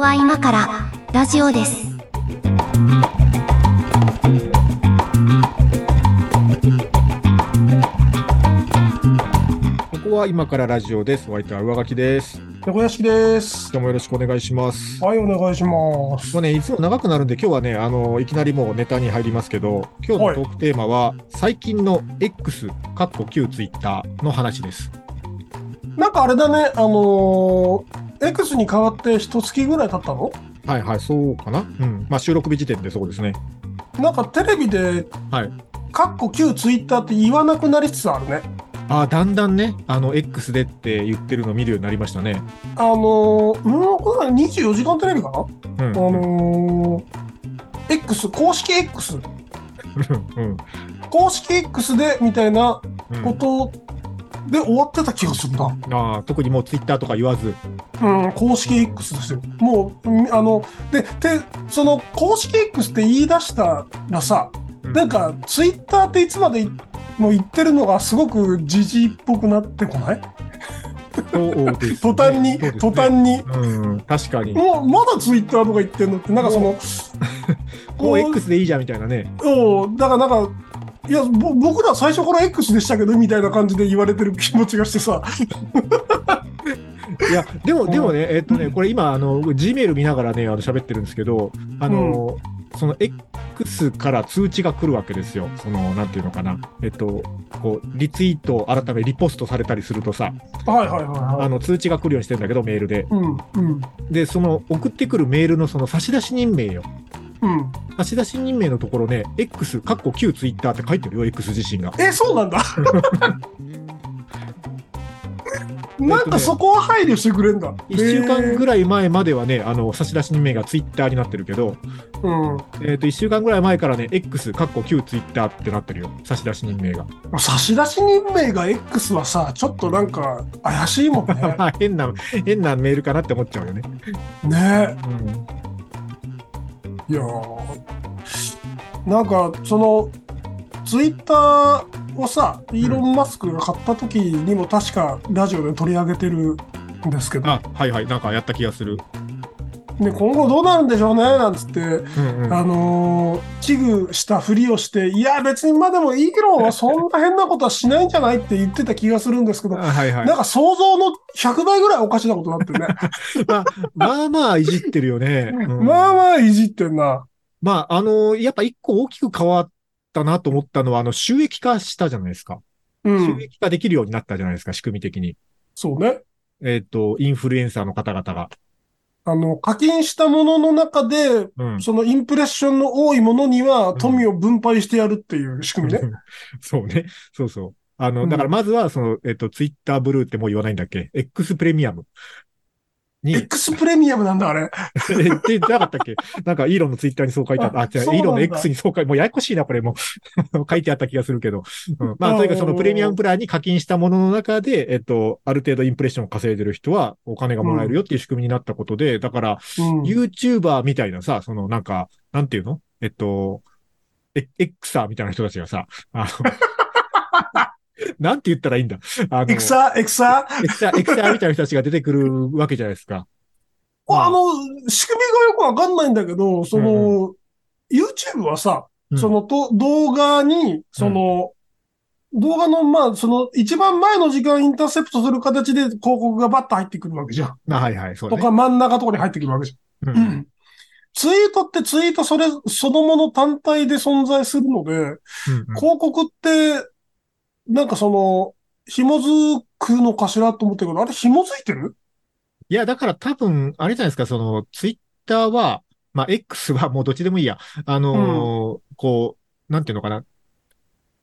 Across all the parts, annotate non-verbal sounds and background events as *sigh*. は今からラジオです。ここは今からラジオです。お相手は上書きです。今猫屋敷です。日もよろしくお願いします。はい、お願いします。もうね、いつも長くなるんで、今日はね、あの、いきなりもうネタに入りますけど、今日のトークテーマは、最近の X、かっこ旧 Twitter の話です。なんかあれだね、あのー、X に変わって一月ぐらい経ったのはいはい、そうかな。うん。まあ、収録日時点でそうですね。なんかテレビで、はい。かっこ旧ツイッターって言わなくなりつつあるね。ああ、だんだんね、あの、X でって言ってるの見るようになりましたね。あのー、うん、これは24時間テレビかな、うん。うんあのー、X、公式 X、うん。公式 X でみたいなうんことで終わってた気がするな。ああ、特にもう Twitter とか言わず。うん、公式 X ですよ。もう、うんあの、で、で、その公式 X って言い出したらさ、うなん、かツイッターっていつまでも言ってるのがすごくじじいっぽくなってこないそうですね途端そに、うですね途端に。うん、確かに。もうまだツイッターとか言ってんのってなんかそのもう X でいいじゃんみたいなね。おだからなんかいやぼ僕ら最初から X でしたけどみたいな感じで言われてる気持ちがし *laughs* てさいや、でも、うんでもね、えっとね、うんこれ今、あの、G メール見ながらね、あの、喋ってるんですけど、あの、その X から通知が来るわけですよ。その、なんていうのかな。えっと、こう、リツイート、改めリポストされたりするとさ、はいはいはいはあいの、通知が来るようにしてんだけど、メールで。うんうんで、その、送ってくるメールのその差出人名よ。うん差出人名のところね、X、かっこ旧 Twitter って書いてるよ、X 自身が。えそうなんだなんかそこは配慮してくれんだ1週間ぐらい、らい前まではね、あの、差出人名が Twitter になってるけど、うんえっ、と、1週間ぐらい前からね、X、かっこ旧ツイッターってなってるよ。差出人名が。差出人名が X はさちょっとなんか怪しいもんね *laughs* まあ、 *laughs* 変な、変なメールかなって思っちゃうよね。ねうん。いやーなんかそのツイッターをさイーロン・マスクが買った時にも確かラジオで取り上げてるんですけど、あ、はいはい、なんかやった気がする。ね、今後どうなるんでしょうねなんつって、うんうん。あのー危惧したふりをしていや別にまあでもイーロンはそんな変なことはしないんじゃないって言ってた気がするんですけど、あはいはいなん。か想像の100倍ぐらいおかしなことになってるね。まあ、まあまあいじってるよ *laughs* ね。 *laughs* うんまあまあいじってんな。まあ、あのやっぱ一個大きく変わったなと思ったのは、あの、収益化したじゃないですか。う収。益化できるようになったじゃないですか、仕組み的に。そうね。えっ、と、インフルエンサーの方々が。あの、課金したものの中で、うん。そのインプレッションの多いものにはん富を分配してやるっていう仕組みね。 *laughs* そうね。そうそう。あの、うんだからまずは、その、えっと、ツイッターブルーってもう言わないんだっけ ?X プレミアム *laughs* に、え X プレミアムなんだ、あれ。ってなかったっけなんか、イーロンのツイッターにそう書いてあった。あ、あ違う、そうなんだイーロンの X にそう書いて、もうややこしいな、これもう。 *laughs* 書いてあった気がするけど。うんまあ、とにかくそのプレミアムプランに課金したものの中で、えっと、ある程度インプレッションを稼いでる人は、お金がもらえるよっていう仕組みになったことで、だから、うん。 YouTuber みたいなさ、そのなんか、なんていうのえっと、エエクサーみたいな人たちがさ、あ *laughs* の、なんて言ったらいいんだ。あの、エクサ、エクサ。エクサー、エクサーみたいな人たちが出てくるわけじゃないですか。うんあの、仕組みがよくわかんないんだけど、その、YouTube はさ、うんそのと動画に、その、動画の、まあ、その、一番前の時間インターセプトする形で広告がバッと入ってくるわけじゃん。あはいはい、そうとだね。か真ん中とかに入ってくるわけじゃん。うんうんツイートってツイートそれ、そのもの単体で存在するので、うんうん広告って、なんかその、紐づくのかしらと思ってるけど、あれ紐づいてるいや、だから多分、あれじゃないですか、その、ツイッターは、まあ、X はもうどっちでもいいや。あのーこう、なんていうのかな。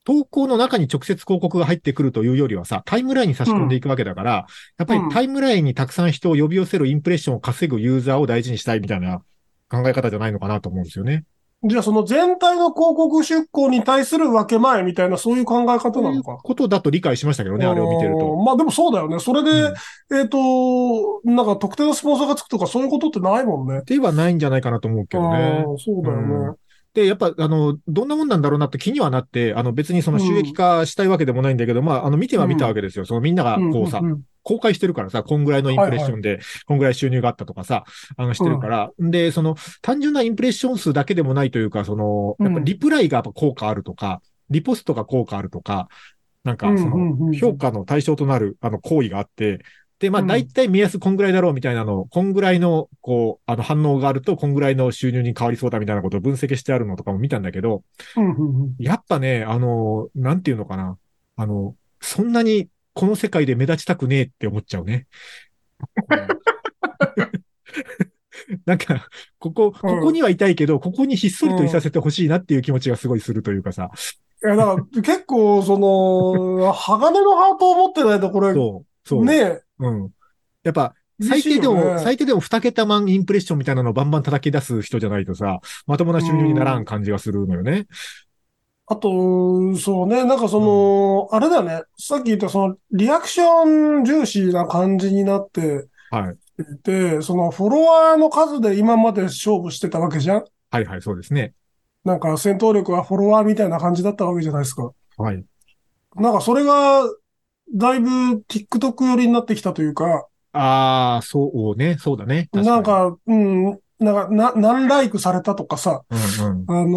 投稿の中に直接広告が入ってくるというよりはさ、タイムラインに差し込んでいくわけだから、やっぱりうんタイムラインにたくさん人を呼び寄せるインプレッションを稼ぐユーザーを大事にしたいみたいな考え方じゃないのかなと思うんですよね。じゃあその全体の広告出稿に対する分け前みたいなそういう考え方そうないのうか。ことだと理解しましたけどね、あれを見てるあと。ーまあでもそうだよね。それで、うんえっ、と、なんか特定のスポンサーがつくとかそういうことってないもんね。ではないんじゃないかなと思うけどね。あーそうだよね。うんで、やっぱ、あの、どんなもんなんだろうなって気にはなって、あの、別にその収益化したいわけでもないんだけど、まあ、あの、見ては見たわけですよ。そのみんなが、こうさ、んん公開してるからさ、こんぐらいのインプレッションで、こんぐらい収入があったとかさ、あの、してるから、で、その、単純なインプレッション数だけでもないというか、その、やっぱうんリプライがやっぱ効果あるとか、リポストが効果あるとか、なんか、その、評価の対象となる、あの、行為があって、で、まあ、うん大体目安こんぐらいだろうみたいなのを、こんぐらいの、こう、あの、反応があると、こんぐらいの収入に変わりそうだみたいなことを分析してあるのとかも見たんだけど、うんうんうんやっぱね、あの、なんていうのかな。あの、そんなにこの世界で目立ちたくねえって思っちゃうね。 *laughs* なんか、ここ、ここにはいたいけど、ここにひっそりといさせてほしいなっていう気持ちがすごいするというかさ。いや、だから結構、その、鋼のハートを持ってないと、これ、そう、そう。ねえ、うん。やっぱ、厳最しい低でよも、ね最低でも2桁万インプレッションみたいなのをバンバン叩き出す人じゃないとさ、まともな収入にならん感じがするのよね。あと、そうね、なんかその、あれだよね、さっき言ったその、リアクション重視な感じになってはい。いて、その、フォロワーの数で今まで勝負してたわけじゃんはいはい、そうですね。なんか戦闘力はフォロワーみたいな感じだったわけじゃないですか。はい。なんかそれが、だいぶ TikTok 寄りになってきたというか、ああ、そうね、そうだね。確なんかに、か、うん、なんか、な、何ライクされたとかさ、うんうん。あの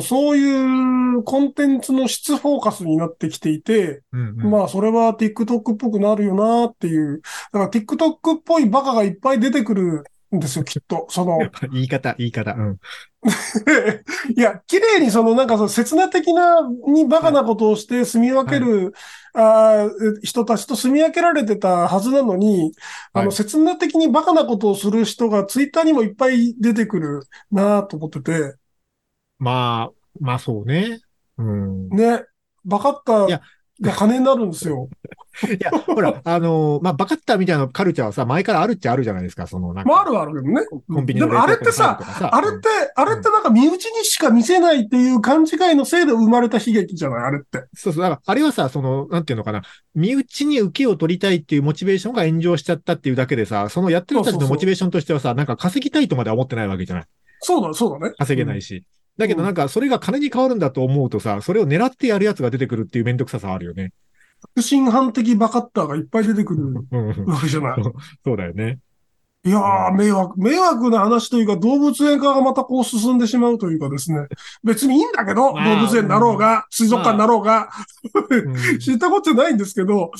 ーそういうコンテンツの質フォーカスになってきていて、うんうん、まあそれは TikTok っぽくなるよなっていう、だから TikTok っぽいバカがいっぱい出てくるんですよ、きっと。その、言い方、言い方。うん。 *laughs* いや、綺麗にそのなんかその刹那的なにバカなことをして住み分ける、あー人たちと住み分けられてたはずなのに、あはのい刹那的にバカなことをする人がツイッターにもいっぱい出てくるなと思ってて、まあ、まあそうね。うん。いね、バカっいたやが金になるんですよ。や、ほ *laughs* ら、あのーまあ、バカッタみたいなカルチャーはさ、前からあるっちゃあるじゃないですか、その、なんか。まああるはあるけどね。コンビニでのもあれってさ冷凍庫のサイズとかあれって、あれってなんか身内にしか見せないっていう勘違いのせいで生まれた悲劇じゃないあれって。そうそう。だから、あれはさ、その、なんていうのかな。身内に受けを取りたいっていうモチベーションが炎上しちゃったっていうだけでさ、そのやってる人たちのモチベーションとしてはさ、なんか稼ぎたいとまでは思ってないわけじゃない。そうだ、そうだね。稼げないし。だけどなんか、それが金に変わるんだと思うとさ、それを狙ってやるやつが出てくるっていうめんどくささあるよね。不審犯的バカッターがいっぱい出てくるうんうん。わけじゃない。そうだよね。いやー、迷惑、迷惑な話というか、動物園化がまたこう進んでしまうというかですね。別にいいんだけど、動まあ物園だろうが、水族館だろうが、うん知ったことないんですけど、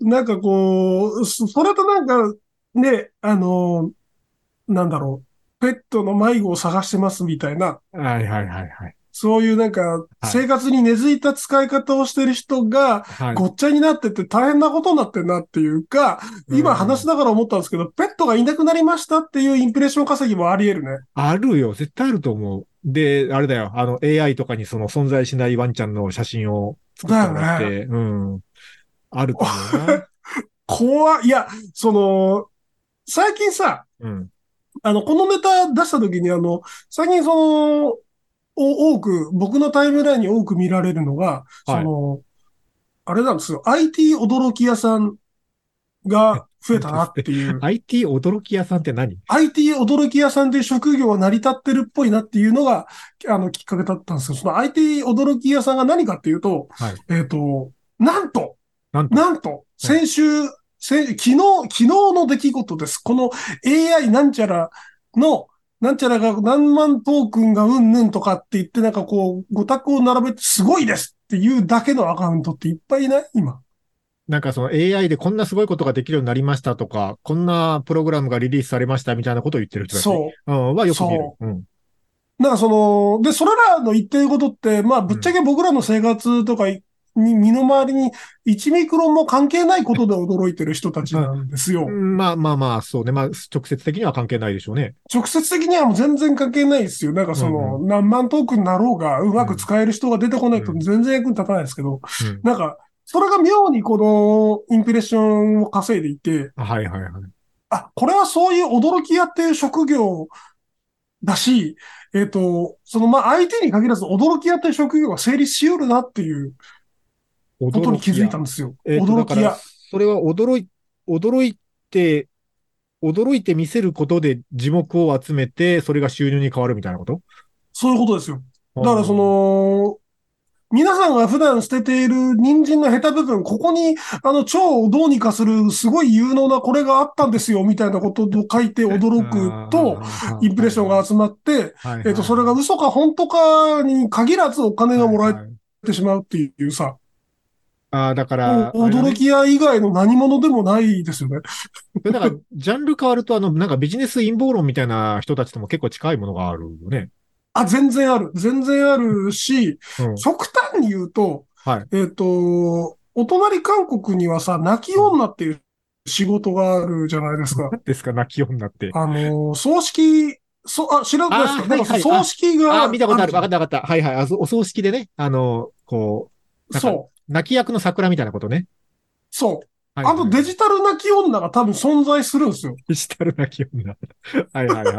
なんかこう、そそれとなんか、ね、あのーなんだろう、ペットの迷子を探してますみたいな、はいはいはいはい。そういうなんか、い生活に根付いた使い方をしてる人が、はい。ごっちゃになってて大変なことになってんなっていうか、今話しながら思ったんですけど、ペットがいなくなりましたっていうインプレッション稼ぎもあり得るね。あるよ。絶対あると思う。で、あれだよ。あの、AI とかにその存在しないワンちゃんの写真を作ってもらっだよて、うん。あると思う *laughs* な。怖い。いや、その、最近さ、うん。あの、このネタ出した時に、あの、最近その、お多く、僕のタイムラインに多く見られるのが、はい。その、あれなんですよ。IT 驚き屋さんが増えたなっていう IT 驚き屋さんって何 IT 驚き屋さんという職業は成り立ってるっぽいなっていうのが、あの、きっかけだったんですよ。その IT 驚き屋さんが何かっていうと、はいえっ、と、なんと、なんとなんと、先週、先昨日、昨日の出来事です。この AI なんちゃらの、なんちゃらが何万トークンがうんぬんとかって言って、なんかこう、ごたくを並べてすごいですっていうだけのアカウントっていっぱいいない今。なんかその AI でこんなすごいことができるようになりましたとか、こんなプログラムがリリースされましたみたいなことを言ってる人たち。そう。うん。はよく見る。そうん。なんかその、で、それらの言ってることって、まあ、ぶっちゃけ僕らの生活とかに、身の回りに1ミクロンも関係ないことで驚いてる人たちなんですよう。んまあまあまあ、そうね。まあ、直接的には関係ないでしょうね。直接的にはもう全然関係ないですよ。なんかその、う何万トークになろうが、うまく使える人が出てこないとうん全然役に立たないですけど、うんなんか、それが妙にこのインプレッションを稼いでいて、はいはいはい。あ、これはそういう驚き屋っていう職業だし、えっ、と、そのまあ IT に限らず驚き屋っていう職業が成立しうるなっていうことに気づいたんですよ。えーと驚だきからや。それは驚い、驚いて、驚いて見せることで字幕を集めて、それが収入に変わるみたいなことそういうことですよ。だからそ、の、皆さんが普段捨てている人参のヘタ部分、ここに、あの、腸をどうにかする、すごい有能なこれがあったんですよ、みたいなことを書いて驚くと、インプレッションが集まって、はいはい、えっと、それが嘘か本当かに限らずお金がもらえてしまうっていうさ、ああ、だから、お驚き屋以外の何者でもないですよね。だから、ジャンル変わると、あの、なんかビジネス陰謀論みたいな人たちとも結構近いものがあるよね。あ、全然ある。全然あるし、うん。極端に言うと、はい。えっ、と、お隣韓国にはさ、泣き女っていう仕事があるじゃないですか。何ですか、泣き女って。あの、葬式、そ、あ、知らないですあーかなんかはいはい葬式がああ、見たことある。わかあったわかった。はいはいあそ。お葬式でね、あの、こるそう。う、泣き役の桜みたいなことね。そう。はいはあいのデジタル泣き女が多分存在するんですよ。デジタル泣き女。はいはい *laughs* はい。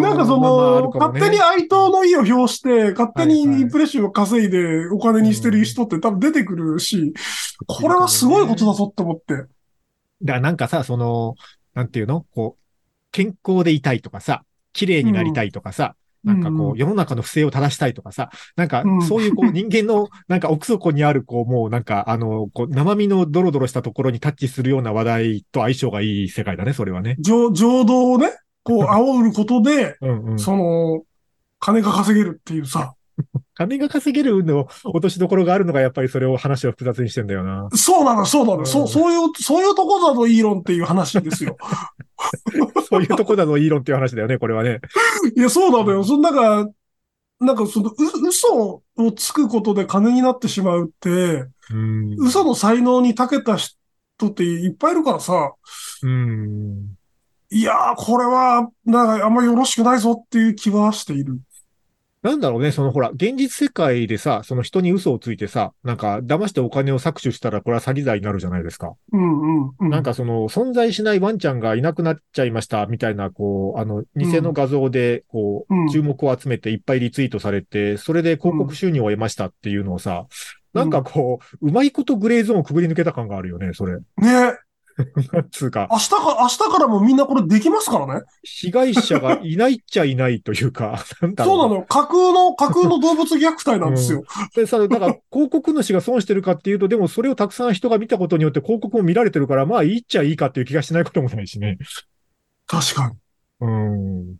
なんかその、勝手に哀悼の意を表して、勝手にはいはいインプレッションを稼いでお金にしてる人って多分出てくるし、これはすごいことだぞって思って。だからなんかさ、その、なんていうのこう、健康でいたいとかさ、綺麗になりたいとかさ、なんかこう、世の中の不正を正したいとかさ、なんかうんそういうこう、人間の、 *laughs* なんか奥底にあるこう、もうなんかあの、こう、生身のドロドロしたところにタッチするような話題と相性がいい世界だね、それはね。情、情動をね、こう、煽ること *laughs* で、うんうん。その、金が稼げるっていうさ。金が稼げるの落としどころがあるのがやっぱりそれを話を複雑にしてんだよな。そうなの、そうなうの、んそう、そういう、そういうとこだぞ、イーロンっていう話です *laughs* よ。そういうとこだの、イーロンっていう話だよね、これはね。いや、そうなのよ。その、なんか、なんかその、う、嘘をつくことで金になってしまうって、うん。嘘の才能に長けた人っていっぱいいるからさ、うん。いやー、これは、なんか、あんまよろしくないぞっていう気はしている。なんだろうね、そのほら、現実世界でさ、その人に嘘をついてさ、なんか、騙してお金を搾取したら、これは詐欺罪になるじゃないですか。うんうんうん。なん、かその、存在しないワンちゃんがいなくなっちゃいました、みたいな、こう、あの、偽の画像で、こう、うん注目を集めていっぱいリツイートされて、それで広告収入を得ましたっていうのをさ、うんなんかこう、うまいことグレーゾーンをくぐり抜けた感があるよね、それ。 *laughs* ねなんつうか、明日か、明日からもみんなこれできますからね。被害者がいないっちゃいないというか、 *laughs* なんだろそうなのよ。架空の、 *laughs* 架空の動物虐待なんですよ。で、さ、だ *laughs* から、広告主が損してるかっていうと、でもそれをたくさん人が見たことによって広告も見られてるから、まあ、いいっちゃいいかっていう気がしないこともないしね。確かに。うん。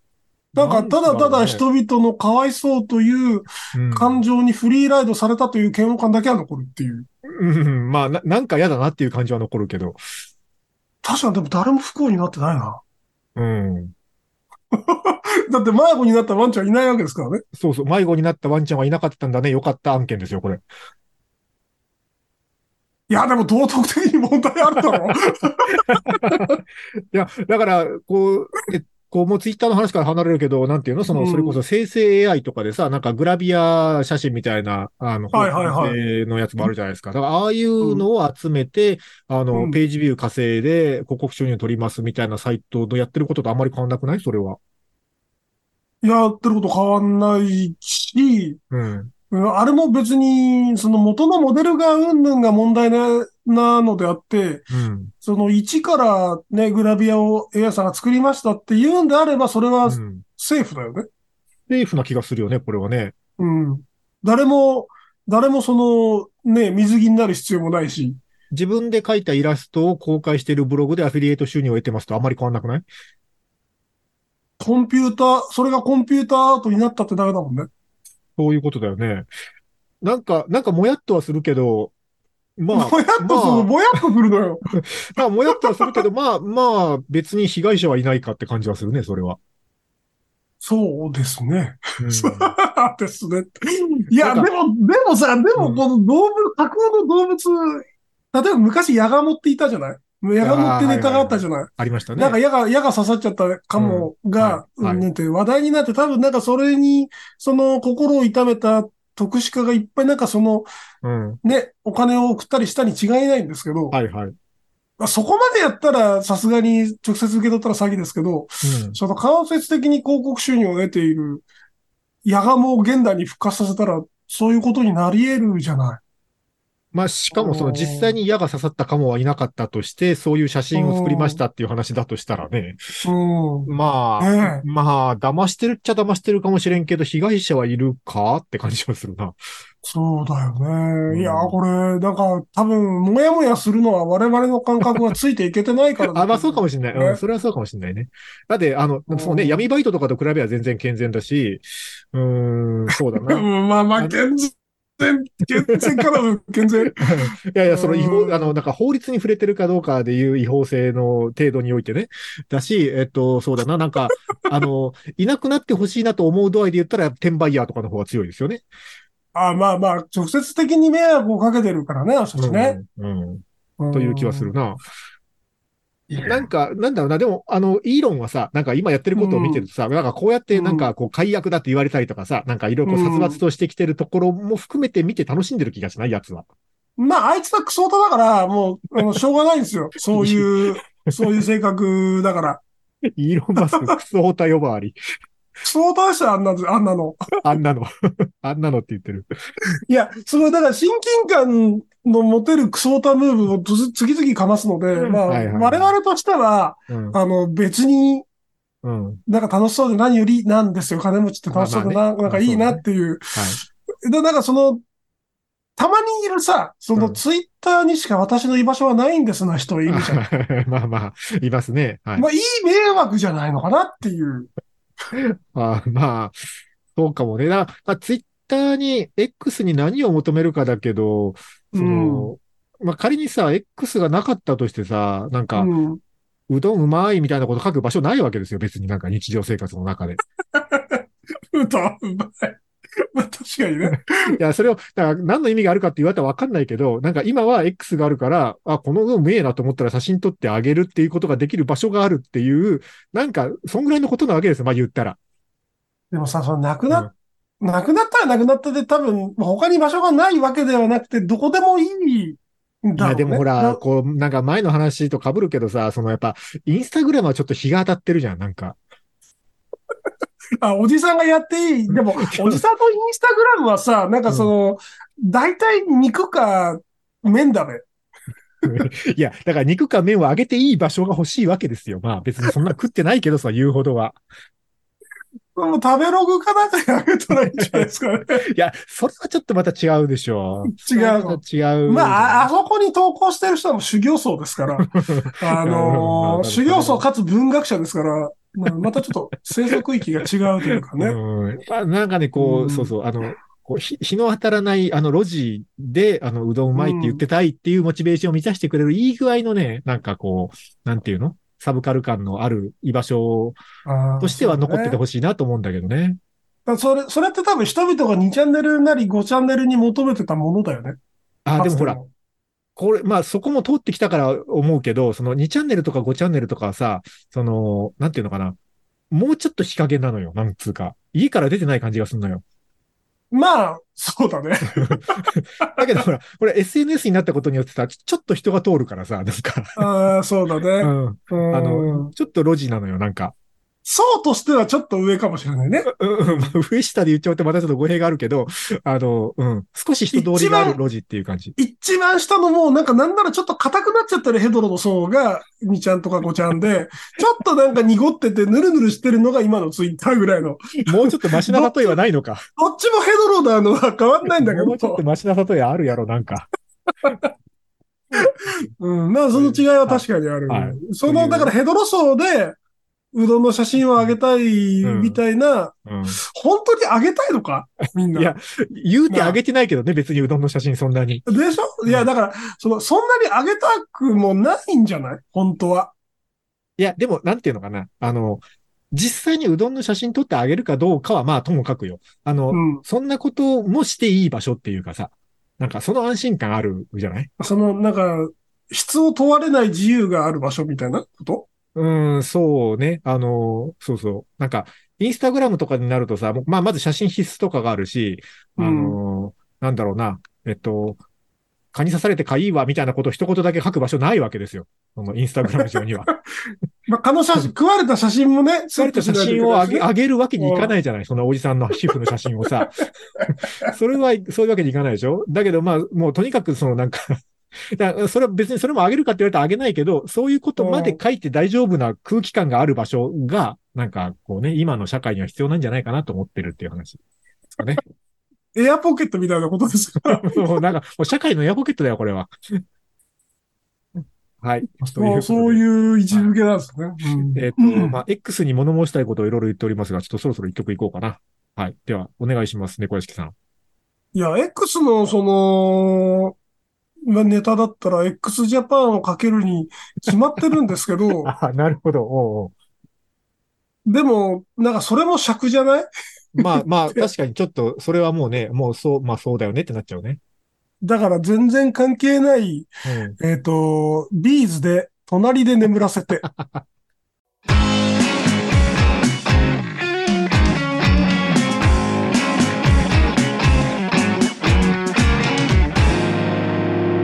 なんか、ただただ人々のかわいそうといううん感情にフリーライドされたという嫌悪感だけは残るっていう。うん、まあな、なんか嫌だなっていう感じは残るけど。確かに、でも誰も不幸になってないな。 *laughs* うん。だって、迷子になったワンちゃんいないわけですからね。そうそう、迷子になったワンちゃんはいなかったんだね。よかった案件ですよ、これ。いや、でも道徳的に問題あるだ *laughs* ろ。いや、だから、こう、え、こう、もうツイッターの話から離れるけど、なんていうのその、うんそれこそ生成 AI とかでさ、なんかグラビア写真みたいな、あの、はいはいはいい。のやつもあるじゃないですか。だから、ああいうのを集めて、あうの、んページビュー稼いで広告収入取りますみたいなサイトのやってることとあんまり変わんなくないそれは。やってること変わんないし、うん。うんあれも別に、その元のモデルがうんぬんが問題な、なのであって、うん。その一からね、グラビアをエアさんが作りましたって言うんであれば、それうはん。セーフだよね。セーフな気がするよね、これはね。うん。誰も、誰もその、ね、水着になる必要もないし。自分で描いたイラストを公開しているブログでアフィリエイト収入を得てますとあんまり変わんなくないコンピューター、それがコンピューターアートになったってだけだもんね。そういうことだよね。なんか、なんかもやっとはするけど、まあ、ぼやっとすまる、あぼやっとくるのよ。まあ、もやっとはするけど、まあ、まあ、別に被害者はいないかって感じはするね、それは。そうですね。うんですね。いや、なでんも、かでもさ、でもこの動物、架空の動物、例えば昔ヤガモっていたじゃないヤガモってネタがあったじゃないありましたね。なんか矢が、矢が刺さっちゃったカモが、うんはいはいうんなんて話題になって、多分なんかそれに、その心を痛めた特殊家がいっぱいなんかそのうん。ね、お金を送ったりしたに違いないんですけど、はいはい。うんまあ、そこまでやったらさすがに直接受け取ったら詐欺ですけど、その間接的に広告収入を得ている矢がもを現代に復活させたら、そういうことになり得るじゃない。まあ、しかもその実際に矢が刺さったカモはいなかったとして、そういう写真を作りましたっていう話だとしたらね、うん。まあ、ねまあ、騙してるっちゃ騙してるかもしれんけど、被害者はいるかって感じはするな。そうだようんね。いや、これ、なんか、多分、もやもやするのは我々の感覚がついていけてないからだ *laughs* あ、まあそうかも。もしれない。うねん、それはそうかもしれないね。だって、あのう、んそうね、闇バイトとかと比べれば全然健全だし、うーん、そうだな。 *laughs* うんまあまあ、健全、健全からの健全。いやいや、その違う法、んあの、なんか法律に触れてるかどうかでいう違法性の程度においてね。だし、えっと、そうだな、なんか、あの、いなくなってほしいなと思う度合いで言ったら、転売ヤーとかの方が強いですよね。あまあまあ、直接的に迷惑をかけてるからね、あの人たちね。うん。うん。という気はするな。いや。なんか、なんだろうな、でも、あの、イーロンはさ、なんか今やってることを見てるとさ、なんかこうやって、なんかこう、解約だって言われたりとかさ、なんかいろいろこう、殺伐としてきてるところも含めて見て楽しんでる気がしない、やつは。まあ、あいつはクソオタだから、もう、あのしょうがないんですよ。そ *laughs* ういう、そういう性格だから。イーロン・マスク、クソオタ呼ばわり。クソオタでしたよ、あんな、あんなの。 *laughs* あんなの、 *laughs* あんなのって言ってる。いや、その、だから親近感の持てるクソオタムーブをつづ次々かますので、まあ、はいはい我々としては、うん。あの、別にうん。はい。なんか楽しそうで何よりなんですよ。金持ちって楽しそうでまあまあな、ねなんかいいなっていう。で、なんかその、たまにいるさ、そのうんツイッターにしか私の居場所はないんですな人いるじゃ *laughs* ん。まあまあ、いますね。はい。まあ、いい迷惑じゃないのかなっていう。あーまあ、そうかもね。だまあ、ツイッターに X に何を求めるかだけど、その、まあ仮にさ、X がなかったとしてさ、なんか、うん。うどんうまいみたいなこと書く場所ないわけですよ。別になんか日常生活の *laughs* 中で。いうん *laughs* と、うまい。まあ、確かにね。や、それを、だから何の意味があるかって言われたらわかんないけど、なんか今は X があるから、あ、このうどんうめえなと思ったら写真撮ってあげるっていうことができる場所があるっていう、なんか、そんぐらいのことなわけですよ。まあ言ったら。でもさ、その、なくな、なくなったらなくなったで多分、まあ他に場所がないわけではなくて、どこでもいいんいだろうや、ね。でもほなら、こう、なんか前の話と被るけどさ、そのやっぱ、インスタグラムはちょっと日が当たってるじゃん、なんか。あ、おじさんがやっていい。で *laughs* も、おじさんのインスタグラムはさ、なんかその、大体肉か麺だね。いや、だから肉か麺をあげていい場所が欲しいわけですよ。まあ別にそんな食ってないけどさ、言うほどは。もう食べログかなんかにあげたらいいんじゃないで *laughs* すかね。いや、それはちょっとまた違うでしょ。違うのそれは違う。まあ、あ、あそこに投稿してる人はもう修行僧です *laughs* から。あのー修行僧かつ文学者ですから、まあまたちょっと生息域が違うというかね。 *laughs* うんまあ、なんかね、こう、うんそうそう、あの、こう日日の当たらない、あの、路地で、あの、うどんうまいって言ってたいっていうモチベーションを満たしてくれる、いい具合のね、なんかこう、なんていうのサブカル感のある居場所あーとしては残っててそうねほしいなと思うんだけどね。だからそれ、それって多分人々が2チャンネルなり5チャンネルに求めてたものだよね。あ、でかもつほてら、これ、まあそこも通ってきたから思うけど、その2チャンネルとか5チャンネルとかはさ、その、なんていうのかな。もうちょっと日陰なのよ、なんつうか。家から出てない感じがするのよ。まあ、そう *laughs* だね。だけどほら、これ SNS になったことによってさ、ちょっと人が通るからさ、なんか、ああ、そうだうね。ん。うんあの、ちょっと路地なのよ、なんか。層としてはちょっと上かもしれないね。うんうん、まあ *laughs* 上下で言っちゃうとまたちょっと語弊があるけど、あの、うん、少し人通りがある路地っていう感じ。一番下のもうなんかなんならちょっと硬くなっちゃってるヘドロの層が2ちゃんとか5ちゃんで、ちょっとなんか濁っててぬるぬるしてるのが今のツイッターぐらいの。もうちょっとマシな例えはないのか。どっちもヘドロなのは変わんないんだけもうちょっどと。マシな例えあるやろ、なんか。うん。まあその違いは確かにある。はいはその、だからヘドロ層で、うどんの写真をあげたいみたいな、うん。本当にあげたいのかみんな。いや言うてあげてないけどね、別にうどんの写真そんなに。でしょいや、だから、その、そんなにあげたくもないんじゃない本当は。いや、でも、なんていうのかな。あの、実際にうどんの写真撮ってあげるかどうかは、まあ、ともかくよ。あの、うん。そんなこともしていい場所っていうかさ、なんかその安心感あるじゃないその、なんか、質を問われない自由がある場所みたいなことうーん、そうね。あの、そうそう。なんか、インスタグラムとかになるとさ、もうまあ、まず写真必須とかがあるし、あの、なんだろうな。えっと、蚊に刺されてかいいわ、みたいなことを一言だけ書く場所ないわけですよ。そのインスタグラム上には。まあ、蚊の写真、食われた写真もね、それと写真をあげああげるわけにいかないじゃないそのおじさんの主婦の写真をさ。 *laughs* それは、そういうわけにいかないでしょだけど、まあ、もうとにかくそのなんか、 *laughs* だからそれは別にそれもあげるかって言われたらあげないけど、そういうことまで書いて大丈夫な空気感がある場所が、なんかこうね、今の社会には必要なんじゃないかなと思ってるっていう話。 *laughs* エアポケットみたいなことです *laughs* から。もうなんか、もう社会のエアポケットだよ、これは。 *laughs* はい。ということもでうそういう位置づけなんですね。 *laughs* うんえっ、うと、んまあ、X に物申したいことをいろいろ言っておりますが、ちょっとそろそろ一曲いこうかな。はい。では、お願いします、ね、小屋敷さん。、いや、X のその、まあネタだったら x ジャパンをかけるに決まってるんですけ *laughs* どあ、なるほど。おうおでも、なんかそれも尺じゃないうまあまあ、確かにちょっと、それはもうね、もうそう、まあそうだよねってなっちゃうね。だから全然関係ない、うん。えっ、と、ビーズで、隣で眠らせて。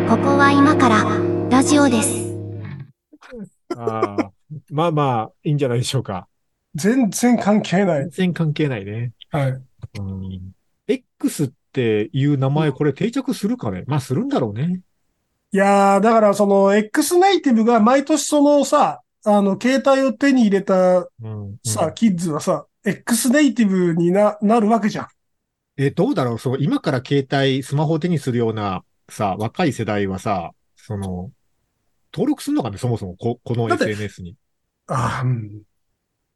ここは今からラジオです。ああ。まあまあ、いいんじゃないでしょうか。全然関係ない全。然関係ないね。はい。うん。X っていう名前、これ定着するかねまあするんだろうね。いやー、だからその、X ネイティブが毎年そのさ、あの、携帯を手に入れたうん。うんさ、キッズはさ、X ネイティブにな、なるわけじゃん。え、どうだろうそう、今から携帯、スマホを手にするような、さ、若い世代はさ、その、登録するのかねそもそも、こ、このだって SNS に。ああ、うん。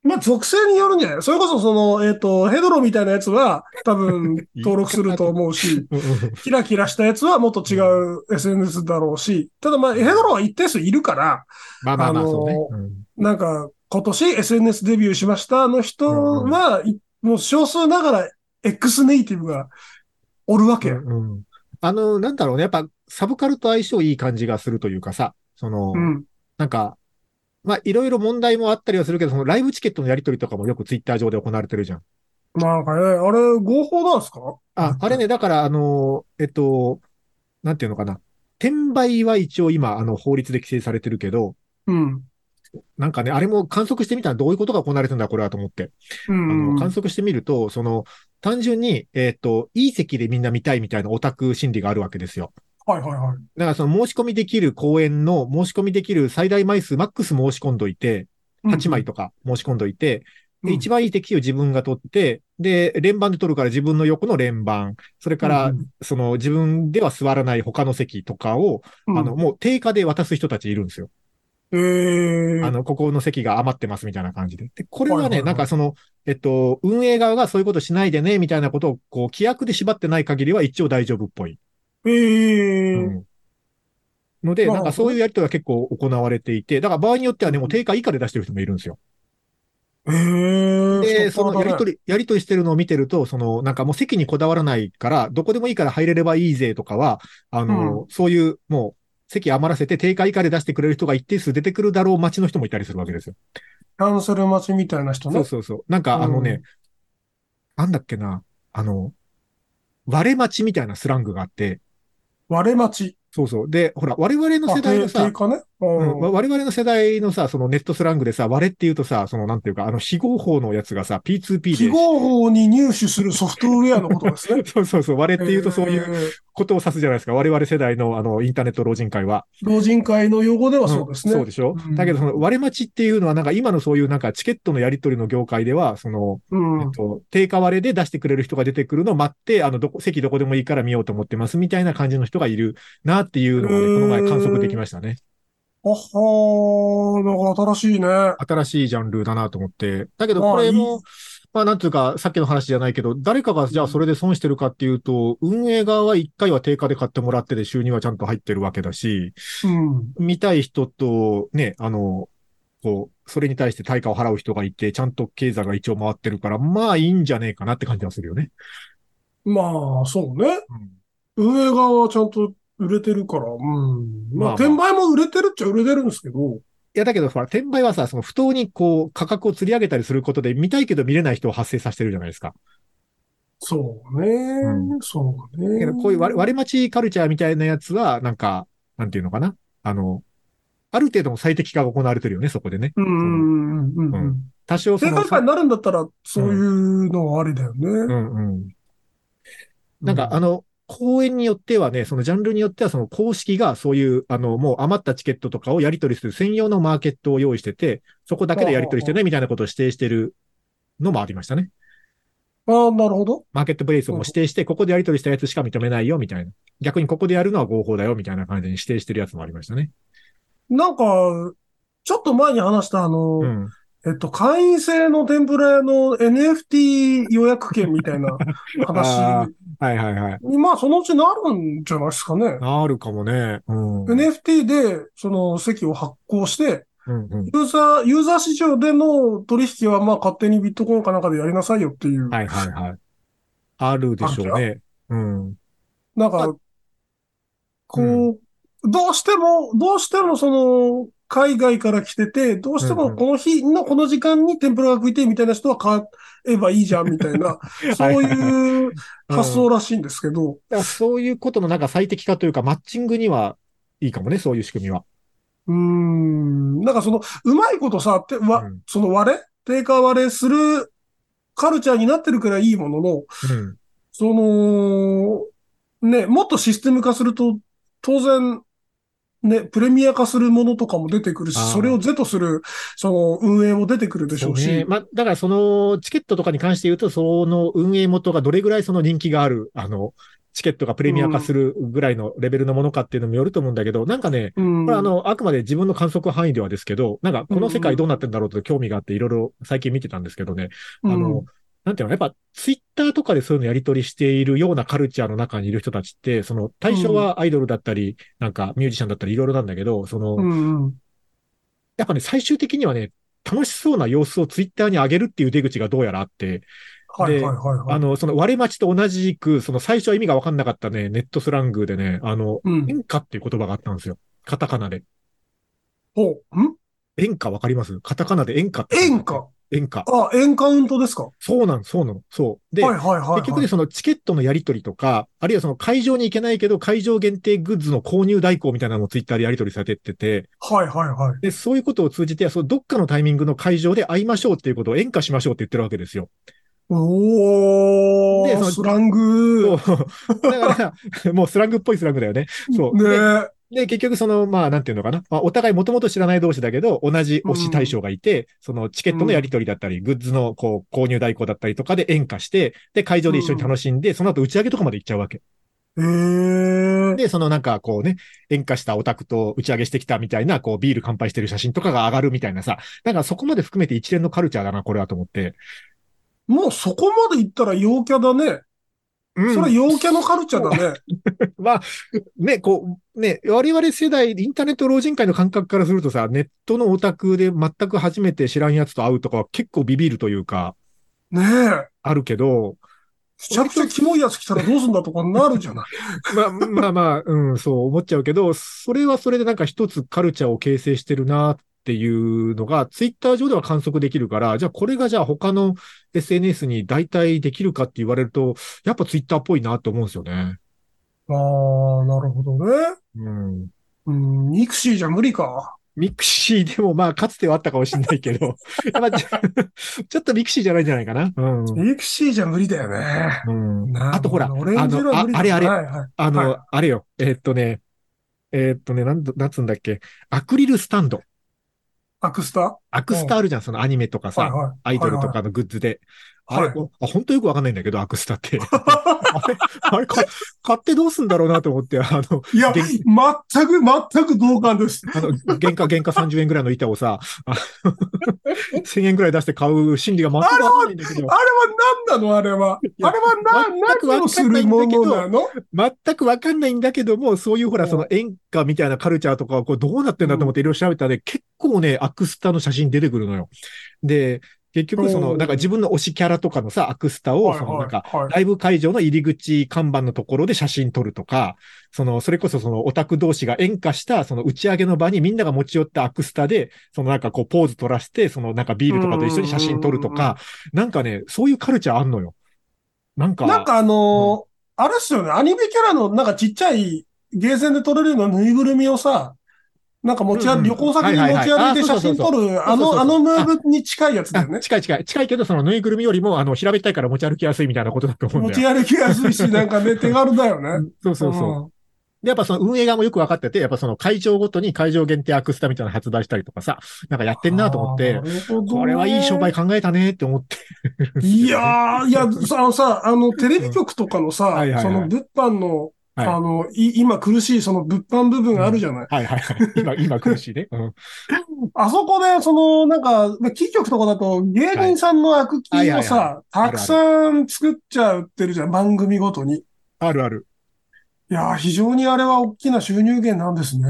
まあ、属性によるんじゃないそれこそその、えっ、と、ヘドロみたいなやつは *laughs* 多分いい登録すると思うし、うんうんキラキラしたやつはもっと違う SNS だろうし、ただまあ、ヘドロは一定数いるから、まあまあまあ、あのーそうね。うんなんか、今年 SNS デビューしましたの人は、いもう少数ながら X ネイティブがおるわけ。うんうんあの、なんだろうね。やっぱ、サブカルと相性いい感じがするというかさ、その、うん。なんか、まあ、いろいろ問題もあったりはするけど、そのライブチケットのやり取りとかもよくツイッター上で行われてるじゃん。なんかね、あれ、合法なんですかあ、あれね、だから、あの、えっと、なんていうのかな。転売は一応今、あの、法律で規制されてるけど、うん。なんかね、あれも観測してみたらどういうことが行われてんだ、これはと思って。うあの、ん。観測してみると、その、単純に、えっと、いい席でみんな見たいみたいなオタク心理があるわけですよ。はいはいはい。だからその申し込みできる公演の申し込みできる最大枚数マックス申し込んどいて、8枚とか申し込んどいて、うん。で、一番いい席を自分が取って、で、連番で取るから自分の横の連番、それから、うんその自分では座らない他の席とかを、うん、あの、もう定価で渡す人たちいるんですよ。えーあの、ここの席が余ってますみたいな感じで。で、これははいはいね、はいなんかその、えっと、運営側がそういうことしないでね、みたいなことを、こう、規約で縛ってない限りは一応大丈夫っぽい。えーうんので、ななるんほどかそういうやりとりが結構行われていて、だから場合によってはね、もう定価以下で出してる人もいるんですよ。えーで、そのやりとり。り、やりとりしてるのを見てると、その、なんかもう席にこだわらないから、どこでもいいから入れればいいぜとかは、あの、そういう、もう、席余らせて定価以下で出してくれる人が一定数出てくるだろう街の人もいたりするわけですよ。キャンセル待ちみたいな人そねう。そうそう。なんか、あのね、なんだっけな、あの、割れ待ちみたいなスラングがあって、割れ待ち。そうそう。で、ほら、我々の世代のあさ定、価ね。ううん、わん。我々の世代のさ、そのネットスラングでさ、割れって言うとさ、そのなんていうか、あの、非合法のやつがさ、P2P 記で。。号法に入手するソフトウェアのことですねそうそうそう、 *laughs* 割れって言うとそういうう。ことを指すじゃないですか。我々世代のあの、インターネット老人会は。老人会の用語ではそうですね。そうでしょ、うんだけど、その割れ待ちっていうのは、なんか今のそういうなんかチケットのやり取りの業界では、その、うんえっと、定価割れで出してくれる人が出てくるのを待って、あの、どこ、席どこでもいいから見ようと思ってますみたいな感じの人がいるなっていうのがね、へーこの前観測できましたね。あはー、なんか新しいね。新しいジャンルだなと思って。だけどああこれいもい、まあなんていうか、さっきの話じゃないけど、誰かがじゃあそれで損してるかっていうと、運営側は1回は定価で買ってもらってで収入はちゃんと入ってるわけだし、うん。見たい人とね、あの、こう、それに対して対価を払う人がいて、ちゃんと経済が一応回ってるから、まあいいんじゃねえかなって感じはするよね。まあ、そうね。うん運営側はちゃんと売れてるから、うん。まあままあ、あ転売も売れてるっちゃ売れてるんですけど、いや、だけど、ほら、転売はさ、その不当にこう、価格を釣り上げたりすることで、見たいけど見れない人を発生させてるじゃないですか。そうね。うそうだね。けど、こういう割割れ待ちカルチャーみたいなやつは、なんか、なんていうのかな。あの、ある程度の最適化が行われてるよね、そこでね。うんうんうんう。うん多少そ正の、解会になるんだったら、そういうのはありだよね。うんうん。なんか、うあの、公演によってはね、そのジャンルによっては、その公式がそういう、あの、もう余ったチケットとかをやり取りする専用のマーケットを用意してて、そこだけでやり取りしてね、みたいなことを指定してるのもありましたね。ああ、なるほど。マーケットプレイスをもう指定して、ここでやり取りしたやつしか認めないよ、みたいな。逆にここでやるのは合法だよ、みたいな感じに指定してるやつもありましたね。なんか、ちょっと前に話したあの、うん。えっと、会員制の天ぷら屋の NFT 予約券みたい *laughs* なあ話はいはいはい。に、まあ、そのうちなるんじゃないですかね。あるかもね。うん。 NFT で、その席を発行して、うんうん。ユーザー、ユーザー市場での取引は、まあ、勝手にビットコインかなんかでやりなさいよっていう、はいはいはい。あるでしょうね。うん。なんか、こう、どうしても、どうしてもその、海外から来てて、どうしてうんうもんこの日のこの時間に天ぷらが食いてえみたいな人は買えばいいじゃんみたい *laughs* な、そういう発想らしいんですけど、だからそういうことのなんか最適化というか、マッチングにはいいかもね、そういう仕組みは。うーん、なんかその、うまいことさ、てわうんその割れ定価割れするカルチャーになってるからいいものの、うん。その、ね、もっとシステム化すると、当然、ね、プレミア化するものとかも出てくるしあー、それを是とする、その、運営も出てくるでしょうそうねし、まあ、だからそのチケットとかに関して言うと、その運営元がどれぐらいその人気がある、あの、チケットがプレミア化するぐらいのレベルのものかっていうのもよると思うんだけど、なんかね、うんこれあの、あくまで自分の観測範囲ではですけど、なんかこの世界どうなってんだろうと興味があっていろいろ最近見てたんですけどね、あうんの、なんていうの、やっぱツイッターとかでそういうのやり取りしているようなカルチャーの中にいる人たちって、その対象はアイドルだったり、なんかミュージシャンだったりいろいろなんだけど、その、うんやっぱね、最終的にはね、楽しそうな様子をツイッターに上げるっていう出口がどうやらあって、はいはいはいはい。あの、その割れ待ちと同じく、その最初は意味がわかんなかったね、ネットスラングでね、あの、うん。演歌っていう言葉があったんですよ。カタカナで。ほうん演歌わかりますカタカナで演歌って。円か。演歌。あ、円カウントですか。はそうなん、そうなの。そう。いで、はいはいはい。結局ね、そのチケットのやり取りとか、あるいはその会場に行けないけど、会場限定グッズの購入代行みたいなのもツイッターでやり取りされてってて、はいはいはい。で、そういうことを通じて、そのどっかのタイミングの会場で会いましょうっていうことを演歌しましょうって言ってるわけですよ。おでそー、のスラング。そう。 *laughs* だから、もうスラングっぽいスラングだよね。そう。ねでえ。で、結局その、まあ、なんていうのかな。まあ、お互いもともと知らない同士だけど、同じ推し対象がいて、そのチケットのやり取りだったり、グッズのこう購入代行だったりとかで演歌して、で、会場で一緒に楽しんで、その後打ち上げとかまで行っちゃうわけ。えー。で、そのなんかこうね、演歌したオタクと打ち上げしてきたみたいな、こうビール乾杯してる写真とかが上がるみたいなさ、なんかそこまで含めて一連のカルチャーだな、これはと思って。もうそこまで行ったら陽キャだね。うんそれ陽キャのカルチャーだね。まあ、ね、こう、ね、我々世代、インターネット老人会の感覚からするとさ、ネットのオタクで全く初めて知らんやつと会うとかは結構ビビるというか、ねえ。あるけど、めちゃくちゃキモいやつ来たらどうすんだとかなるじ *laughs* ゃない。まあまあまあ、うん、そう思っちゃうけど、それはそれでなんか一つカルチャーを形成してるなっていうのが、ツイッター上では観測できるから、じゃあこれがじゃあ他の SNS に代替できるかって言われると、やっぱツイッターっぽいなと思うんですよね。ああ、なるほどね。うん。うん、ミクシーじゃ無理か。ミクシーでもまあ、かつてはあったかもしれないけ *laughs* ど、やっぱちょ *laughs* ちょっとミクシーじゃないんじゃないかな。うん。ミクシーじゃ無理だよね。うん、なるどあとほらオレンジ色は無理だあのああれあれはいはいあの、はいあれよ、えーっとね、えーっとね、なんだ、なんつうんだっけ、アクリルスタンド。アクスタはアクスタあるじゃん、そのアニメとかさ。いはい。アイドルとかのグッズで。はいはいあれ、あ本当よくわかんないんだけど、アクスタっ *laughs* て。あれ、あれか、買ってどうすんだろうなと思って、あの、いや、げん全く、全く同感です。あの、原価、原価30円ぐらいの板をさ、あの *laughs* 1000円ぐらい出して買う心理が全くわかんないんだけどあ、れは何なのあれは。あれいやは何、全くわ何をかすんないるんだもけどのなの全くわかんないんだけども、そういうほら、その演歌みたいなカルチャーとかはこうどうなってんだと思っていろいろ調べたらね、結構ね、アクスタの写真出てくるのよ。で、結局そおの、ーなんか自分の推しキャラとかのさ、アクスタを、はいそのなんか、はいはいライブ会場の入り口看板のところで写真撮るとか、その、それこそそのオタク同士が演歌した、その打ち上げの場にみんなが持ち寄ったアクスタで、そのなんかこうポーズ撮らせて、そのなんかビールとかと一緒に写真撮るとか、なんかね、そういうカルチャーあんのよ。なんか、なんかあのーあれっすよね、アニメキャラのなんかちっちゃいゲーセンで撮れるようなぬいぐるみをさ、なんか持ち歩、うんうん旅行先に持ち歩いて写真撮る、いあはいはいあそうそうそうそうの、あのムーブに近いやつだあよ *laughs* ね。近い近い。近いけど、そのぬいぐるみよりも、あの、平べったいから持ち歩きやすいみたいなことだと思うん持だちよ。歩きやすいし、なんかね、手軽だよね。そうそうそう。で、やっぱその運営側もよく分かってて、やっぱその会場ごとに会場限定アクスタみたいなの発売したりとかさ、なんかやってうんんなと思って、、これはいい商売か。考えたねって思って。 *laughs* いやー、いや、さ、あのさ、あの、テレビ局とかのさはいはいは、いその物販の、はいあの、い今苦しいその物販部分あるじゃない。はいはいはい。今、今苦しいね。うん。あそこで、その、なんか、まあキー局とかだと、芸人さんの悪気はいはいはいをはさ、たくさん作っちゃってるじゃん、番組ごとに。いあるある。やー、非常にあれは大きな収入源なんですね。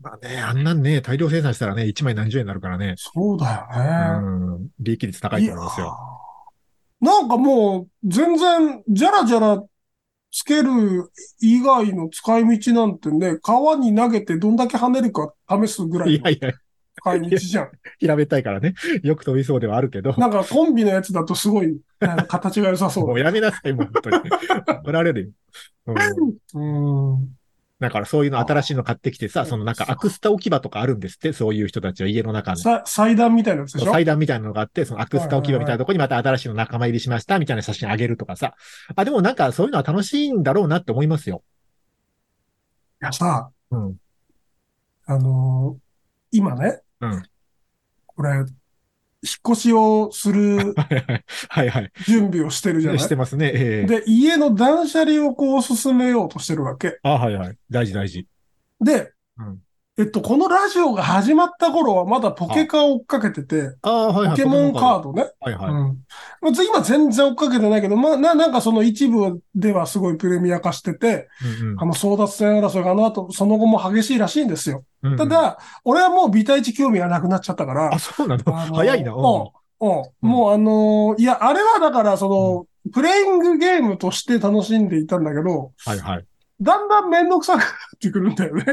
まあね、あんなんね、大量生産したらね、1枚何十円になるからね。そうだうよね。ん。利益率高いと思いますよ。いやーなんかもう、全然、じゃらじゃらつける以外の使い道なんてね、川に投げてどんだけ跳ねるか試すぐらいいやのいや、使い道じゃん。平べったいからね。よく飛びそうではあるけど。なんかコンビのやつだとすごい、なんか形が良さそ *laughs* もうやめなさい、もう本当 *laughs* に。怒られるよ。うんう。うん。だからそういうの新しいの買ってきてあさ、そのなんかアクスタ置き場とかあるんですって、そういう人たちは家の中に。さ祭壇みたいなやつでしょ祭壇みたいなのがあって、そのアクスタ置き場みたいなとこにまた新しいの仲間入りしましたみたいな写真あげるとかさ。あ、でもなんかそういうのは楽しいんだろうなって思いますよ。いやさ、うん。 *laughs* あのー今ね、うんこれ、引っ越しを *laughs* するはいはい。はいはい。準備をしてるじゃなしいてますね。ええで、家の断捨離をこう進めようとしてるわけ。あ、はいはい。大事大事。で、うんえっと、このラジオが始まった頃はまだポケカを追っかけてて、ああ、はいポはい。ケモンカードね。はいはい。うんまあ今全然追っかけてないけど、まあ、な、なんかその一部ではすごいプレミア化してて、うんうんあの争奪戦争いがあの後、その後も激しいらしいんですよ。うんうんた、だ、俺はもうビタ一興味がなくなっちゃったからあ、、そうなのあの早いな。うんうんうんもうあのーいや、あれはだから、その、プレイングゲームとして楽しんでいたんだけど、はいはい。だんだんめんどくさくなってくるんだよね。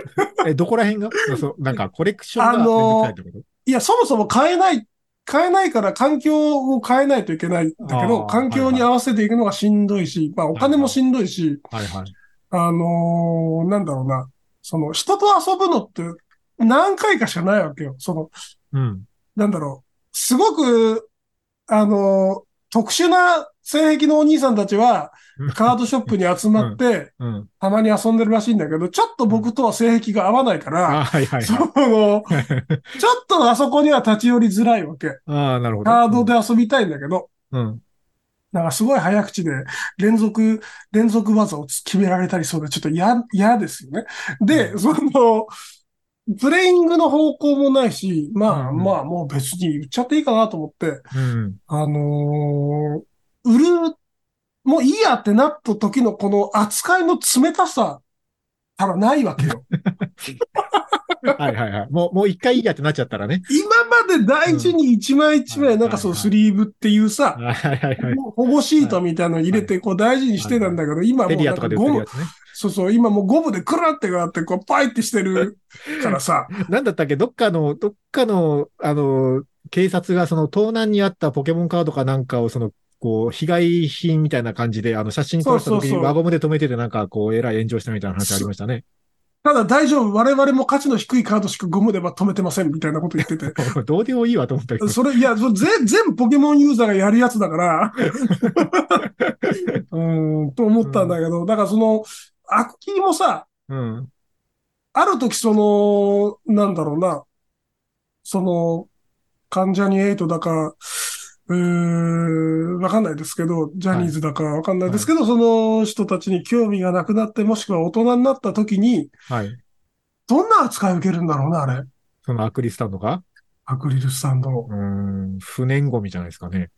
*laughs* え、どこら辺がそう、なんかコレクションがあめんのーどくさいってこといや、そもそも変えない、変えないから環境を変えないといけないんだけあど、ー環境に合わせていくのがしんどいし、まあお金もしんどいし、はいはい。あのーなんだろうな、その、人と遊ぶのって何回かしかないわけよ。その、うん。なんだろう、すごく、あの、特殊な性癖のお兄さんたちは、カードショップに集まって、うん。たまに遊んでるらしいんだけど、ちょっと僕とは性癖が合わないかあら、はいはいそはい。の、ちょっとあそこには立ち寄りづらいわけ。ああ、なるほど。カードで遊びたいんだけど、うん。なんかすごい早口で連続、連続技を決められたりそうで、ちょっと嫌、嫌ですよね。で、その、プレイングの方向もないし、まあうんうんまあもう別に言っちゃっていいかなと思って、うん。あのー売る、もういいやってなった時のこの扱いの冷たさ、たらないわけよ。はいはいはい。もう、もう一回いいやってなっちゃった *laughs* らね。今まで大事に一枚一枚、うんなんかそうはいはいはいスリーブっていうさ、はいはいはい。保護シートみたいなの入れて、こう大事にしてたんだけど、今エもうリなアんとかかで売ってるゴムや、つね。そうそう、今もうゴムでクラってがあって、こうパイってしてるからさ、なんだったっけどっかの、どっかの、あの、警察がその盗難にあったポケモンカードかなんかをその、こう、被害品みたいな感じで、あの、写真撮らせた時そうそにうそう輪ゴムで止めててなんか、こう、えらい炎上したみたいな話ありましたね。ただ大丈夫、我々も価値の低いカードしかゴムでは止めてません、みたいなこと言ってて。 *laughs* どうでもいいわと思ったけど。それ、いや、それぜ全部ポケモンユーザーがやるやつだ *laughs* から、うーん、と思ったんだけど、だからその、アクキーもさ、うん。ある時その、なんだろうな、その、関ジャニエイトだか、うーん、わかんないですけど、ジャニーズだかわかんないですけど、その人たちに興味がなくなって、もしくは大人になった時に、はい。どんな扱いを受けるんだろうな、あれ。そのアクリルスタンドが、アクリルスタンドをうーん、不燃ゴミじゃないですか *laughs* ね。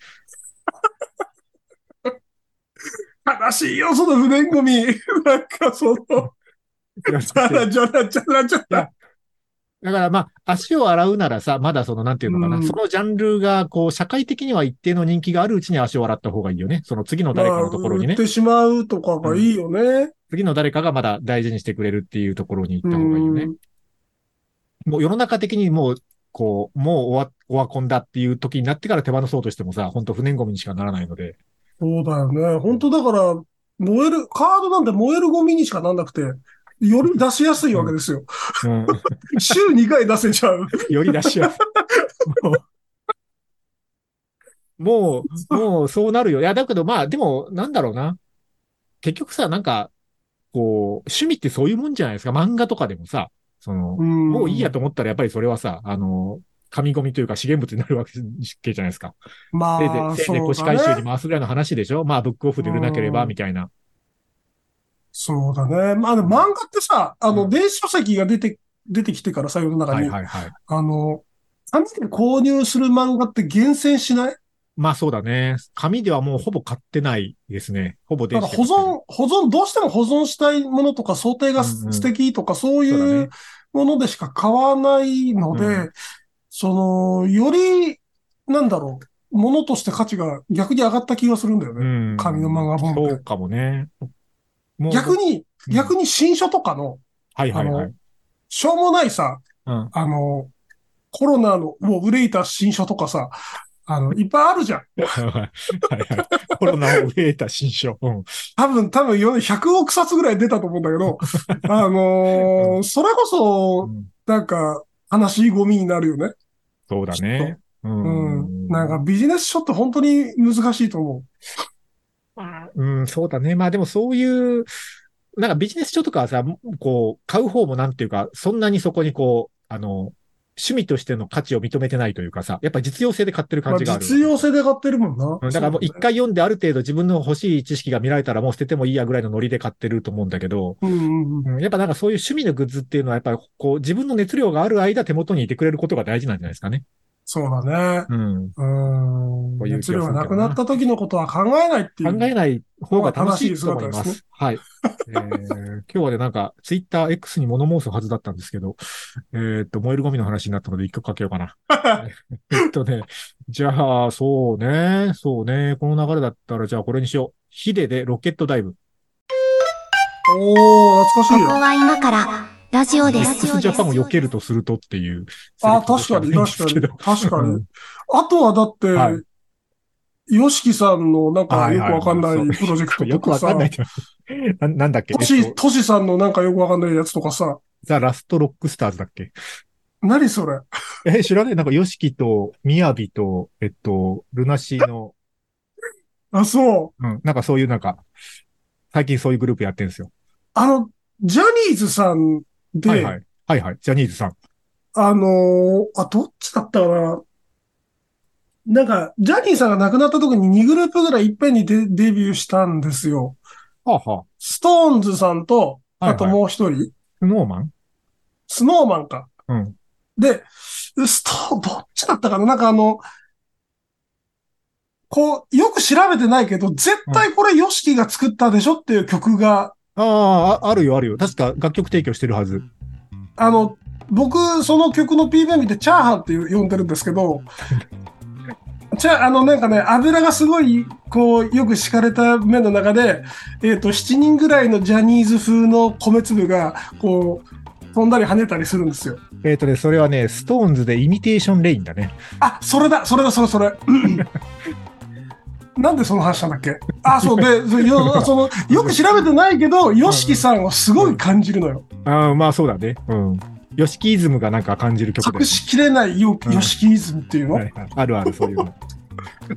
悲しいよ、その不燃ゴミ。 *laughs* なんかその、じゃらじゃらじゃらじゃら。だからまあ、足を洗うならさ、まだその、なんていうのかな、うんそのジャンルが、こう、社会的には一定の人気があるうちに足を洗った方がいいよね。その次の誰かのところにまあね売っ。てしまうとかがいいよね。次の誰かがまだ大事にしてくれるっていうところに行うった方がいいよん。ね。もう世の中的にもう、こう、もうオワ、オワコンだっていう時になってから手放そうとしてもさ、本当不燃ゴミにしかならないので。そうだよね。本当だから、燃える、カードなんて燃えるゴミにしかなんなくて、より出しやすいわけですよ。うん。週2回出せちゃう。より出しやすい。もう、もうそうなるよ。いや、だけどまあ、でも、なんだろうな。結局さ、なんか、こう、趣味ってそういうもんじゃないですか。漫画とかでもさ、その、ももういいや。と思ったらやっぱりそれはさ、あの、紙ゴミというか資源物になるわけじゃないですか。ませいあ、ぜい、せいぜいそう腰回収だにね。回すぐらいの話でしょまあ、ブックオフで売れなければ、みたいな。そうだね。まあ、でも漫画ってさ、あうの、ん電子書籍が出て、出てきてからさ、世の中はいに。はいはい。あの、紙で購入する漫画って厳選しないまあそうだね。紙ではもうほぼ買ってないですね。ほぼだ電から子で保買ってる存、保存、どうしても保存したいものとか想定がうんうん素敵とかそういそうだうねものでしか買わないので、うんその、より、なんだろう、ものとして価値が逆に上がった気がするんだよね。うん紙の漫画本ってそうかもね。もう逆に、うん逆に新書とかの、はいはいはあい。しょうもないさ、うんあの、コロナのもう憂いた新書とかさ、あの、いっぱいあるじゃん。はいはいコロナを憂えた新書。うん多分、多分、世の100億冊ぐらい出たと思うんだ *laughs* けど、あのーそれこそ、うんなんか、悲しいゴミになるよね。そうだね。ううん。なんか、ビジネス書って本当に難しいと思うん、そうだね。まあでもそういう、なんかビジネス書とかはさ、こう、買う方もなんていうか、そんなにそこにこう、あの、趣味としての価値を認めてないというかさ、やっぱ実用性で買ってるう。ま感あ、じがある。実用性で買ってるもんな。うんだからもう一そう回読んである程度自分の欲しい知識が見られたらもう捨ててもいいやぐらいのノリで買ってると思うんだけど、うんうんうん。うんやっぱなんかそういう趣味のグッズっていうのはやっぱりこう自分の熱量がある間手元にいてくれることが大事なんじゃないですかね。そうだね。うん。うん。こういう熱量がなくなった時のことは考えないってい考う。えない方が楽しいと思いまあま楽しい姿ですす。はい。えー、今日はね、なんか、ツイッター X に物申すはずだったんですけど、えーっと、燃えるゴミの話になったので一曲かけようか *laughs* な。えっとね、じゃあ、そうね、そうね、この流れだったら、じゃあこれにしよう。ヒデでロケットダイブ。おー、懐かしこいこよ。は今からラジオです。 X ジャパンを避けるとするとっていう。あ、確かに、確かセレクトしかないんですけどに。 *laughs* 確かうん。にあとはだって、はいヨシキさんのなんかはいよはいくわかんないプロジェクトよとくかわかんないじさ、ゃん。ななんだっけトえっシ、とトシさんのなんかよくわかんないやつとかさ、ザ・ラスト・ロックスターズだっけ *laughs* 何それえ、知らねえなんか、ヨシキと、ミヤビと、えっと、ルナシーの、あ、そう。うん、なんかそういうなんか、最近そういうグループやってるんですよ。あの、ジャニーズさんで、はいはい。はいはい。ジャニーズさん。あのーあ、どっちだったかな。なんか、ジャニーさんが亡くなった時に2グループぐらいいっぺんにデデビューしたんですよ。はあはストーンズさんと、はいはいあともう一あ。人、スノーマンスノーマンか。うん。で、ストーン、どっちだったかななんかあの、こう、よく調べてないけど、絶対これ YOSHIKI が作ったでしょっていう曲が、ああ、ああるよあるよ。確か楽曲提供してるはず。あの、僕、その曲の PV 見て、チャーハンって呼んでるんですけど、じゃあ、あの、なんかね、油がすごい、こう、よく敷かれた目の中で、えっ、と、7人ぐらいのジャニーズ風の米粒が、こう、飛んだり跳ねたりするんですよ。えっとね、それはね、ストーンズでイミテーションレインだね。あ、それだ、それだ、それ、それ。なんでその話したんだっけあ、そうで、そよそのよく調べてないけど、ヨシキさんをすごい感じるのよ。ああ、まあそうだね。うん。ヨシキイズムがなんか感じる曲だよ隠しきれないヨヨシキイズムっていうの。はいはい。あるある、そういうの。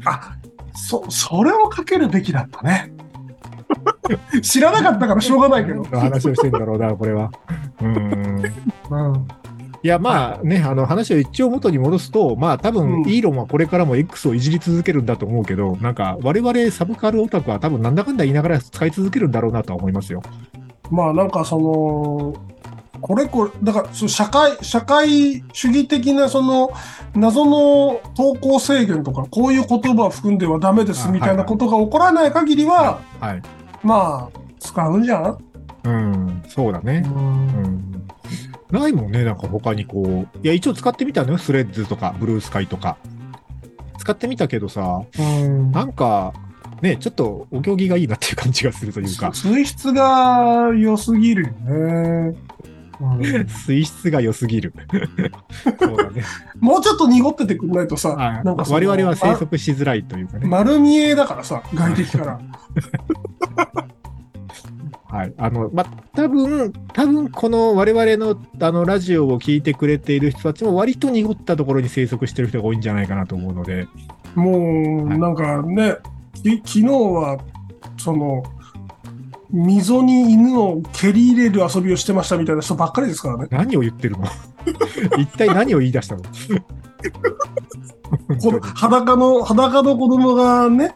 あ、そ、それをかけるべきだったね。知らなかったからしょうがないけど。の話をしてんだろうな、これは。うん。うん。いや、まあね、あの話を一応元に戻すと、まあ多分、うんイーロンはこれからも X をいじり続けるんだと思うけど、なんか、我々サブカルオタクは多分なんだかんだ言いながら使い続けるんだろうなとは思いますよ。まあなんかその、これこれ、だからそう社会、社会主義的なその謎の投稿制限とか、こういう言葉を含んではダメですあみたいはいはないことが起こらない限りは、はい。まあ、使うんじゃんうん、そうだね。うん。ないもんね、なんか他にこう。いや、一応使ってみたのよ、スレッズとか、ブルースカイとか。使ってみたけどさ、うんなんか、ね、ちょっとお行儀がいいなっていう感じがするというか。水質が良すぎるよね。うん水質が良すぎる。そうだ *laughs* ね。もうちょっと濁っててくんないとさ、はいなんかその我々は生ま息しづらいというかね。丸見えだからさ、外敵 *laughs* から。はい。あの、ま、多分、多分この我々のあのラジオを聞いてくれている人たちも割と濁ったところに生息してる人が多いんじゃないかなと思うので、もう、はいなんかね、き昨日は、その、溝に犬を蹴り入れる遊びをしてましたみたいな人ばっかりですからね。何を言ってる *laughs* の一体何を言い出したの *laughs* この裸の、裸の子供がね、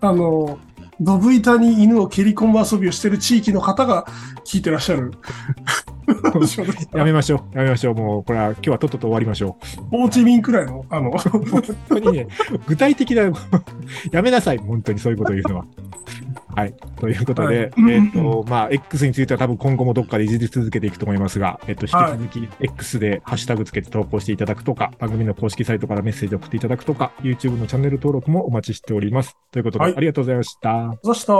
あの、ドブ板に犬を蹴り込む遊びをしてる地域の方が聞いてらっしゃ *laughs* る。 *laughs* やめましょう。やめましょう。もう、これは今日はとっとと終わりましょホーチミンくらいの、あ *laughs* の、 *laughs* う。本当にね、具体的な、 *laughs* やめなさい。本当にそういうこと言うのは。 *laughs* はい。ということで、はいえっ、と、まあ、X については多分今後もどっかでいじり続けていくと思いますが、えっ、と、はい引き続き X でハッシュタグつけて投稿していただくとか、番組の公式サイトからメッセージを送っていただくとか、YouTube のチャンネル登録もお待ちしております。ということで、はいありがとうございました。そした。